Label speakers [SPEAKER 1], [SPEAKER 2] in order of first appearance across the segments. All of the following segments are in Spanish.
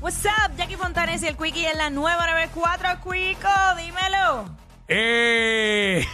[SPEAKER 1] What's up, Jackie Fontanes y el Quickie en la nueva 94, Quico, dímelo.
[SPEAKER 2] Eh,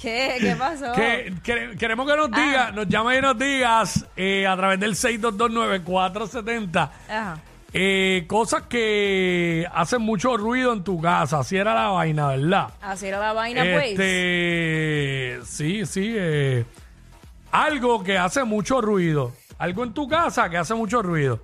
[SPEAKER 1] ¿Qué? ¿Qué pasó?
[SPEAKER 2] que- que- queremos que nos digas, nos llames y nos digas eh, a través del 6229470
[SPEAKER 1] Ajá.
[SPEAKER 2] eh, cosas que hacen mucho ruido en tu casa. Así era la vaina, ¿verdad?
[SPEAKER 1] Así era la vaina, pues.
[SPEAKER 2] Este, sí, sí. eh, algo que hace mucho ruido. Algo en tu casa que hace mucho ruido.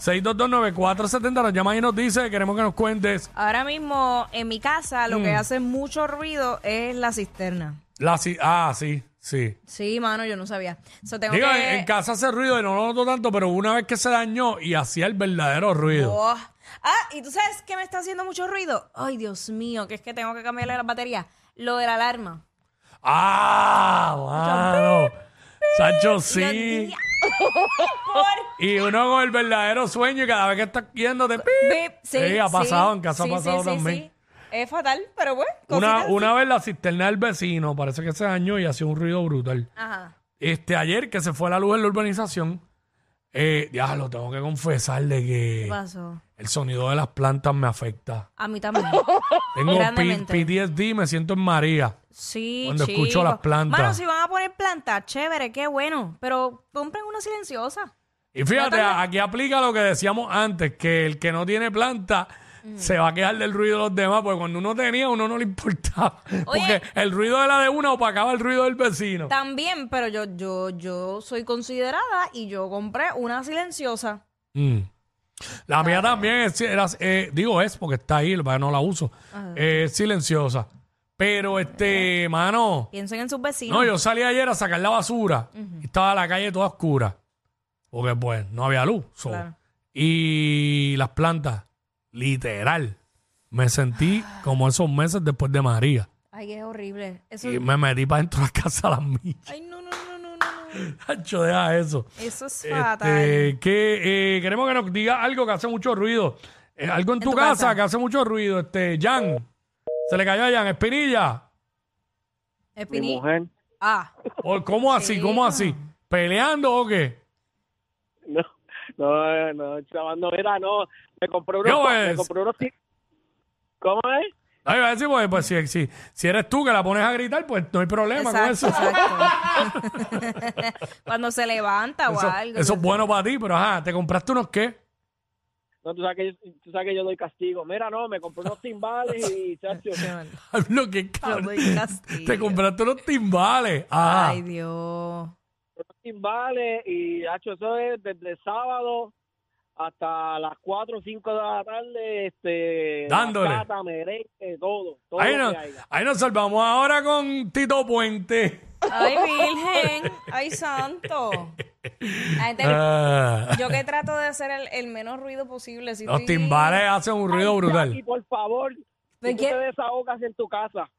[SPEAKER 2] 6229470 nos llamas y nos dice, queremos que nos cuentes
[SPEAKER 1] Ahora mismo en mi casa lo
[SPEAKER 2] Mm.
[SPEAKER 1] que hace mucho ruido es la cisterna.
[SPEAKER 2] la... ci- Ah, sí, sí.
[SPEAKER 1] Sí, mano, yo no sabía. So, tengo
[SPEAKER 2] Digo,
[SPEAKER 1] que-
[SPEAKER 2] en en casa hace ruido y no lo noto tanto, pero una vez que se dañó y hacía el verdadero ruido.
[SPEAKER 1] Oh. Ah, ¿y tú sabes qué me está haciendo mucho ruido? Ay, Dios mío, que es que tengo que cambiarle la batería. Lo de la alarma.
[SPEAKER 2] ¡Ah! Mano. Sancho,
[SPEAKER 1] Dios
[SPEAKER 2] sí.
[SPEAKER 1] mío. Por-
[SPEAKER 2] Y uno con el verdadero sueño y cada vez que estás yéndote. ¡pip!
[SPEAKER 1] Bip, sí,
[SPEAKER 2] Sí, ha pasado, en casa ha
[SPEAKER 1] sí,
[SPEAKER 2] pasado
[SPEAKER 1] sí, sí,
[SPEAKER 2] también.
[SPEAKER 1] sí. Es fatal, pero bueno.
[SPEAKER 2] Una,
[SPEAKER 1] cositas
[SPEAKER 2] una vez la cisterna del vecino, parece que se dañó y hacía un ruido brutal.
[SPEAKER 1] así. Ajá.
[SPEAKER 2] Este, ayer que se fue la luz en la urbanización, eh, ya lo tengo que confesar de
[SPEAKER 1] ¿Qué
[SPEAKER 2] que
[SPEAKER 1] pasó?
[SPEAKER 2] el sonido de las plantas me afecta.
[SPEAKER 1] A mí también.
[SPEAKER 2] Tengo P-
[SPEAKER 1] Grandemente.
[SPEAKER 2] PTSD, me siento en María.
[SPEAKER 1] Sí,
[SPEAKER 2] Cuando
[SPEAKER 1] chico.
[SPEAKER 2] escucho las plantas.
[SPEAKER 1] Mano, si van a poner plantas, chévere, qué bueno. Pero compren una silenciosa.
[SPEAKER 2] Y fíjate, aquí aplica lo que decíamos antes, que el que no tiene planta se va a quejar del ruido de los demás, porque cuando uno tenía, uno no le importaba. Porque el ruido de la de una opacaba el ruido del vecino.
[SPEAKER 1] También, pero yo, yo, yo soy considerada y yo compré una silenciosa.
[SPEAKER 2] Mm. La mía también es, era- eh, digo es, porque está ahí, lo que pasa es que no la uso. Eh, Es silenciosa. Pero este, mano,
[SPEAKER 1] Piensen en sus vecinos.
[SPEAKER 2] no, yo salí ayer a sacar la basura y estaba la calle toda oscura. Porque pues no había luz. so.
[SPEAKER 1] Claro.
[SPEAKER 2] Y las plantas, literal. Me sentí como esos meses después de María.
[SPEAKER 1] Ay, qué horrible. Eso...
[SPEAKER 2] Y me metí para dentro de la casa a las millas.
[SPEAKER 1] Ay, no, no, no, no, no, no.
[SPEAKER 2] Hacho, deja eso.
[SPEAKER 1] Eso es fatal.
[SPEAKER 2] Este, que eh, queremos que nos diga algo que hace mucho ruido. Eh, algo en, tu,
[SPEAKER 1] tu
[SPEAKER 2] casa,
[SPEAKER 1] casa.
[SPEAKER 2] que hace mucho ruido. Este, Jan. Se le cayó a Jan. Espinilla.
[SPEAKER 3] mi
[SPEAKER 1] Espini-
[SPEAKER 3] mujer.
[SPEAKER 1] Ah,
[SPEAKER 2] ¿O ¿Cómo así? ¿Cómo así? ¿Peleando o qué?
[SPEAKER 3] No, no, no, chaval, no era, no. Me compré unos.
[SPEAKER 2] ¿Cómo
[SPEAKER 3] me
[SPEAKER 2] es?
[SPEAKER 3] compré unos ti- ¿Cómo es?
[SPEAKER 2] Ay, va a decir, pues, pues, si, si, si eres tú que la pones a gritar, pues no hay problema con
[SPEAKER 1] exacto,
[SPEAKER 2] eso.
[SPEAKER 1] exacto. Cuando se levanta o
[SPEAKER 2] Eso,
[SPEAKER 1] algo.
[SPEAKER 2] eso es bueno para ti, pero ajá, ¿te compraste unos qué?
[SPEAKER 3] No, tú sabes, que yo, tú sabes que yo doy castigo. Mira, no, me compré unos timbales y, chacho,
[SPEAKER 2] Lo que cabrón.
[SPEAKER 1] doy castigo.
[SPEAKER 2] Te Ah. compraste unos timbales. Ajá.
[SPEAKER 1] Ay, Dios.
[SPEAKER 3] unos timbales y, chacho, eso es desde sábado hasta las 4 o 5 de la tarde, este...
[SPEAKER 2] Dándole.
[SPEAKER 3] bachata, merengue, todo, todo
[SPEAKER 2] ahí,
[SPEAKER 3] lo
[SPEAKER 2] nos,
[SPEAKER 3] que haya.
[SPEAKER 2] ahí nos salvamos ahora con Tito Puente.
[SPEAKER 1] Ay, virgen. Ay, santo. La gente-
[SPEAKER 2] Ah.
[SPEAKER 1] yo que trato de hacer el, el menos ruido posible. Si
[SPEAKER 2] Los
[SPEAKER 1] estoy-
[SPEAKER 2] timbales hacen un ruido
[SPEAKER 3] Y
[SPEAKER 2] brutal.
[SPEAKER 3] por favor,
[SPEAKER 1] ¿Pero
[SPEAKER 3] si tú
[SPEAKER 1] qué?
[SPEAKER 3] te desahogas en tu casa.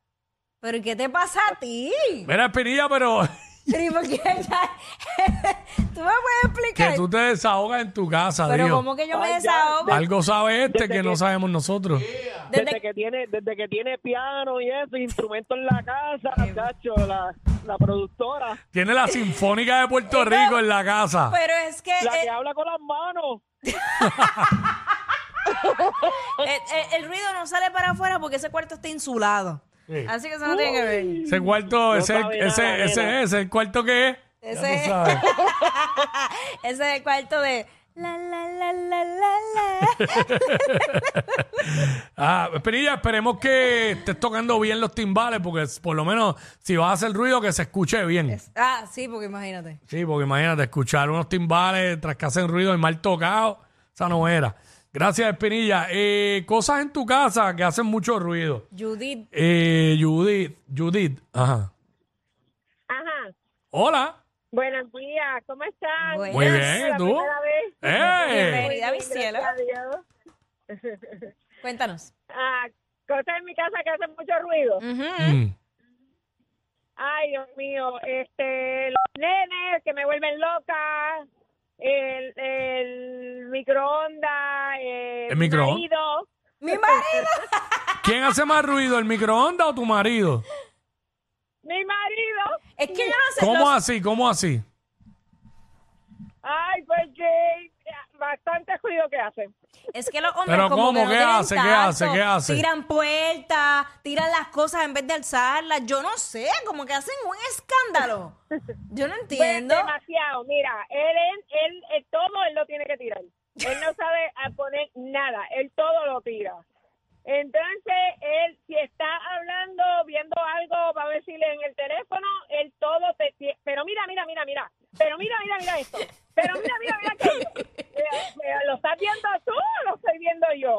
[SPEAKER 1] ¿Pero ¿y qué te pasa a ti?
[SPEAKER 2] Mira, Espinilla, pero
[SPEAKER 1] Pero, ¿y por qué ya- ¿Tú me puedes
[SPEAKER 2] que
[SPEAKER 1] explicar?
[SPEAKER 2] tú te desahogas en tu casa,
[SPEAKER 1] Pero
[SPEAKER 2] Dios.
[SPEAKER 1] ¿cómo que yo me
[SPEAKER 3] Ay, ya,
[SPEAKER 1] desahogo?
[SPEAKER 2] Algo sabe este
[SPEAKER 3] Desde
[SPEAKER 2] que no
[SPEAKER 3] que-
[SPEAKER 2] sabemos nosotros.
[SPEAKER 1] Desde-
[SPEAKER 3] Desde, que tiene desde que tiene piano y eso, instrumento en la casa, chacho, la, la productora,
[SPEAKER 2] Tiene la Sinfónica de Puerto Rico en la casa.
[SPEAKER 1] Pero es que
[SPEAKER 3] la que
[SPEAKER 1] eh,
[SPEAKER 3] habla con las manos.
[SPEAKER 1] eh, eh, el ruido no sale para afuera porque ese cuarto está insulado.
[SPEAKER 2] Sí.
[SPEAKER 1] Así que eso no tiene que ver.
[SPEAKER 2] Ese cuarto, ese,
[SPEAKER 3] sabe nada,
[SPEAKER 2] ese,
[SPEAKER 3] nena. Eh.
[SPEAKER 2] ese, ese, el cuarto que es. Ya tú
[SPEAKER 1] Ese-
[SPEAKER 2] sabes.
[SPEAKER 1] Ese es el cuarto de... La, la, la, la, la, la.
[SPEAKER 2] Ah, Espinilla, esperemos que estés tocando bien los timbales, porque es- por lo menos si vas a hacer ruido, que se escuche bien.
[SPEAKER 1] Ah, sí, porque imagínate.
[SPEAKER 2] Sí, porque imagínate, escuchar unos timbales tras que hacen ruido y mal tocado, esa no era. Gracias, Espinilla. Eh, cosas en tu casa que hacen mucho ruido.
[SPEAKER 1] Judith.
[SPEAKER 2] Eh, Judith, Judith, ajá.
[SPEAKER 4] Ajá.
[SPEAKER 2] Hola.
[SPEAKER 4] Buenos días, ¿cómo están?
[SPEAKER 1] Buenas.
[SPEAKER 2] Muy
[SPEAKER 4] Es
[SPEAKER 2] bien,
[SPEAKER 4] la
[SPEAKER 2] ¿y tú?
[SPEAKER 4] primera vez.
[SPEAKER 2] ¡Eh!
[SPEAKER 1] Bienvenida a mi cielo.
[SPEAKER 4] Gracias a Dios.
[SPEAKER 1] Cuéntanos.
[SPEAKER 4] Ah, Cosas en mi casa que hacen mucho ruido.
[SPEAKER 1] Ujú.
[SPEAKER 2] Mm.
[SPEAKER 4] Ay, Dios mío, este, los nenes que me vuelven loca, el, el microondas, el,
[SPEAKER 2] ¿El microondas?
[SPEAKER 4] marido,
[SPEAKER 1] Mi marido.
[SPEAKER 2] ¿Quién hace más ruido, el microondas o tu marido?
[SPEAKER 4] mi marido.
[SPEAKER 1] Es que yo no sé.
[SPEAKER 2] ¿Cómo
[SPEAKER 1] los-
[SPEAKER 2] así? ¿Cómo así?
[SPEAKER 4] Ay, pues que bastante ruido que hacen.
[SPEAKER 1] Es que los hombres
[SPEAKER 2] Pero
[SPEAKER 1] como
[SPEAKER 2] ¿cómo?
[SPEAKER 1] que no
[SPEAKER 2] ¿Qué
[SPEAKER 1] tienen
[SPEAKER 2] hace? ¿Qué hace?
[SPEAKER 1] tacto,
[SPEAKER 2] ¿Qué hace?
[SPEAKER 1] Tiran puertas, tiran las cosas en vez de alzarlas. Yo no sé, como que hacen un escándalo. Yo no
[SPEAKER 4] Pues,
[SPEAKER 1] entiendo.
[SPEAKER 4] demasiado, mira, él, él, él, él todo él lo tiene que tirar. Él no sabe a poner nada, él todo lo tira. Entonces, él si está hablando, viendo algo, va a decirle en el teléfono, él todo te ti- pero mira, mira, mira, mira, pero mira, mira, mira esto, pero mira, mira, mira aquello. Eh, eh, ¿Lo estás viendo tú o lo estoy viendo yo?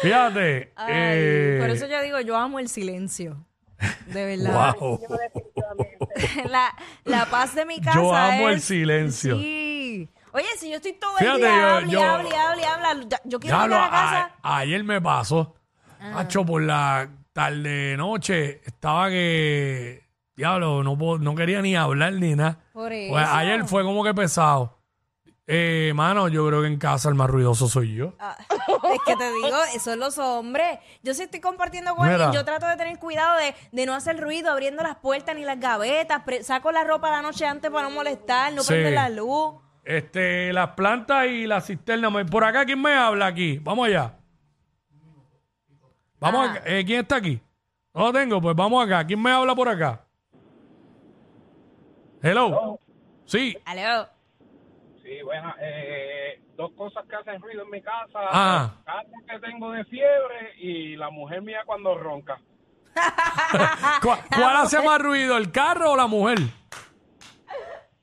[SPEAKER 2] Fíjate.
[SPEAKER 1] Ay,
[SPEAKER 2] eh,
[SPEAKER 1] Por eso yo digo, yo amo el silencio. De verdad.
[SPEAKER 2] wow.
[SPEAKER 1] La, la paz de mi casa.
[SPEAKER 2] Yo amo el
[SPEAKER 1] es-
[SPEAKER 2] silencio.
[SPEAKER 1] Sí. Oye, si yo estoy todo
[SPEAKER 2] Fíjate,
[SPEAKER 1] el día,
[SPEAKER 2] yo-
[SPEAKER 1] habla, y
[SPEAKER 2] yo-
[SPEAKER 1] habla, y habla, y habla. Ya- Yo quiero
[SPEAKER 2] Ya
[SPEAKER 1] ir
[SPEAKER 2] lo-
[SPEAKER 1] a la
[SPEAKER 2] a-
[SPEAKER 1] casa. Ah.
[SPEAKER 2] ayer me pasó. Hacho, por la tarde noche estaba que. Diablo, no, puedo- no quería ni hablar ni nada.
[SPEAKER 1] Por eso.
[SPEAKER 2] Pues ayer fue como que pesado. Eh, mano, yo creo que en casa el más ruidoso soy yo.
[SPEAKER 1] Ah, es que te digo, eso es los hombres. Yo si estoy compartiendo con alguien,
[SPEAKER 2] Mira.
[SPEAKER 1] yo trato de tener cuidado de, de no hacer ruido, abriendo las puertas ni las gavetas, pre- saco la ropa la noche antes para no molestar, no
[SPEAKER 2] Sí.
[SPEAKER 1] prendo la luz.
[SPEAKER 2] Este, las plantas y la cisterna. Me- Por acá, ¿quién me habla aquí? Vamos allá. Vamos acá. Eh, ¿Quién está aquí? No lo tengo, pues vamos acá. ¿Quién me habla por acá? Hello. Sí.
[SPEAKER 1] Aló.
[SPEAKER 5] Sí, bueno, eh, dos cosas que hacen ruido en mi casa.
[SPEAKER 2] Ajá.
[SPEAKER 5] Algo que tengo de fiebre y la mujer mía cuando ronca.
[SPEAKER 2] ¿Cuál, cuál hace más ruido, el carro o la mujer?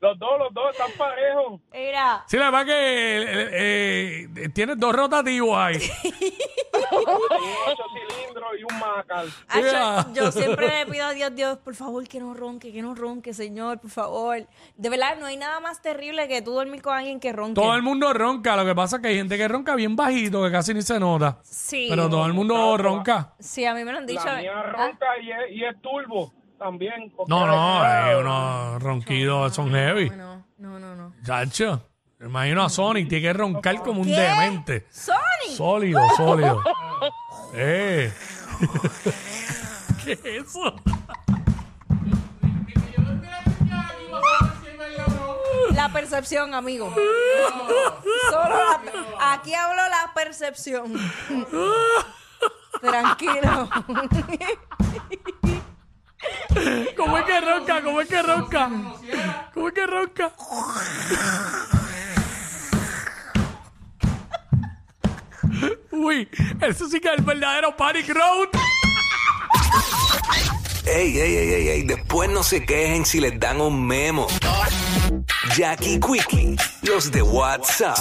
[SPEAKER 5] Los dos, los dos están parejos.
[SPEAKER 1] Mira,
[SPEAKER 2] Sí, la verdad que eh, eh, tienes dos rotativos ahí.
[SPEAKER 5] Un ocho cilindros y un macal.
[SPEAKER 1] Acho,
[SPEAKER 2] Mira.
[SPEAKER 1] Ah, yo siempre le pido a Dios, Dios, por favor, que no ronque, que no ronque, Señor, por favor. De verdad, no hay nada más terrible que tú dormir con alguien que ronque.
[SPEAKER 2] Todo el mundo ronca. Lo que pasa es que hay gente que ronca bien bajito, que casi ni se nota.
[SPEAKER 1] Sí.
[SPEAKER 2] Pero todo el mundo ronca.
[SPEAKER 1] Sí, a mí me lo han dicho.
[SPEAKER 5] La mía
[SPEAKER 1] Ah,
[SPEAKER 5] ronca y, es, y es turbo también. porque-
[SPEAKER 2] No, no, eh, unos ronquidos son heavy.
[SPEAKER 1] no, no, no, no.
[SPEAKER 2] Chacho, me imagino a Sonic, tiene que roncar como un demente.
[SPEAKER 1] ¡Sony!
[SPEAKER 2] Sólido, sólido. eh. ¿Qué es eso?
[SPEAKER 1] La percepción, amigo. Solo la- aquí hablo la percepción. Tranquilo.
[SPEAKER 2] ¿Cómo es que ronca? ¿Cómo es que ronca? ¿Cómo es que ronca? Uy, eso sí que es el verdadero panic road.
[SPEAKER 6] Ey, ey, ey, ey, ey, después no se quejen si les dan un memo. Jackie Quickie, los de WhatsApp.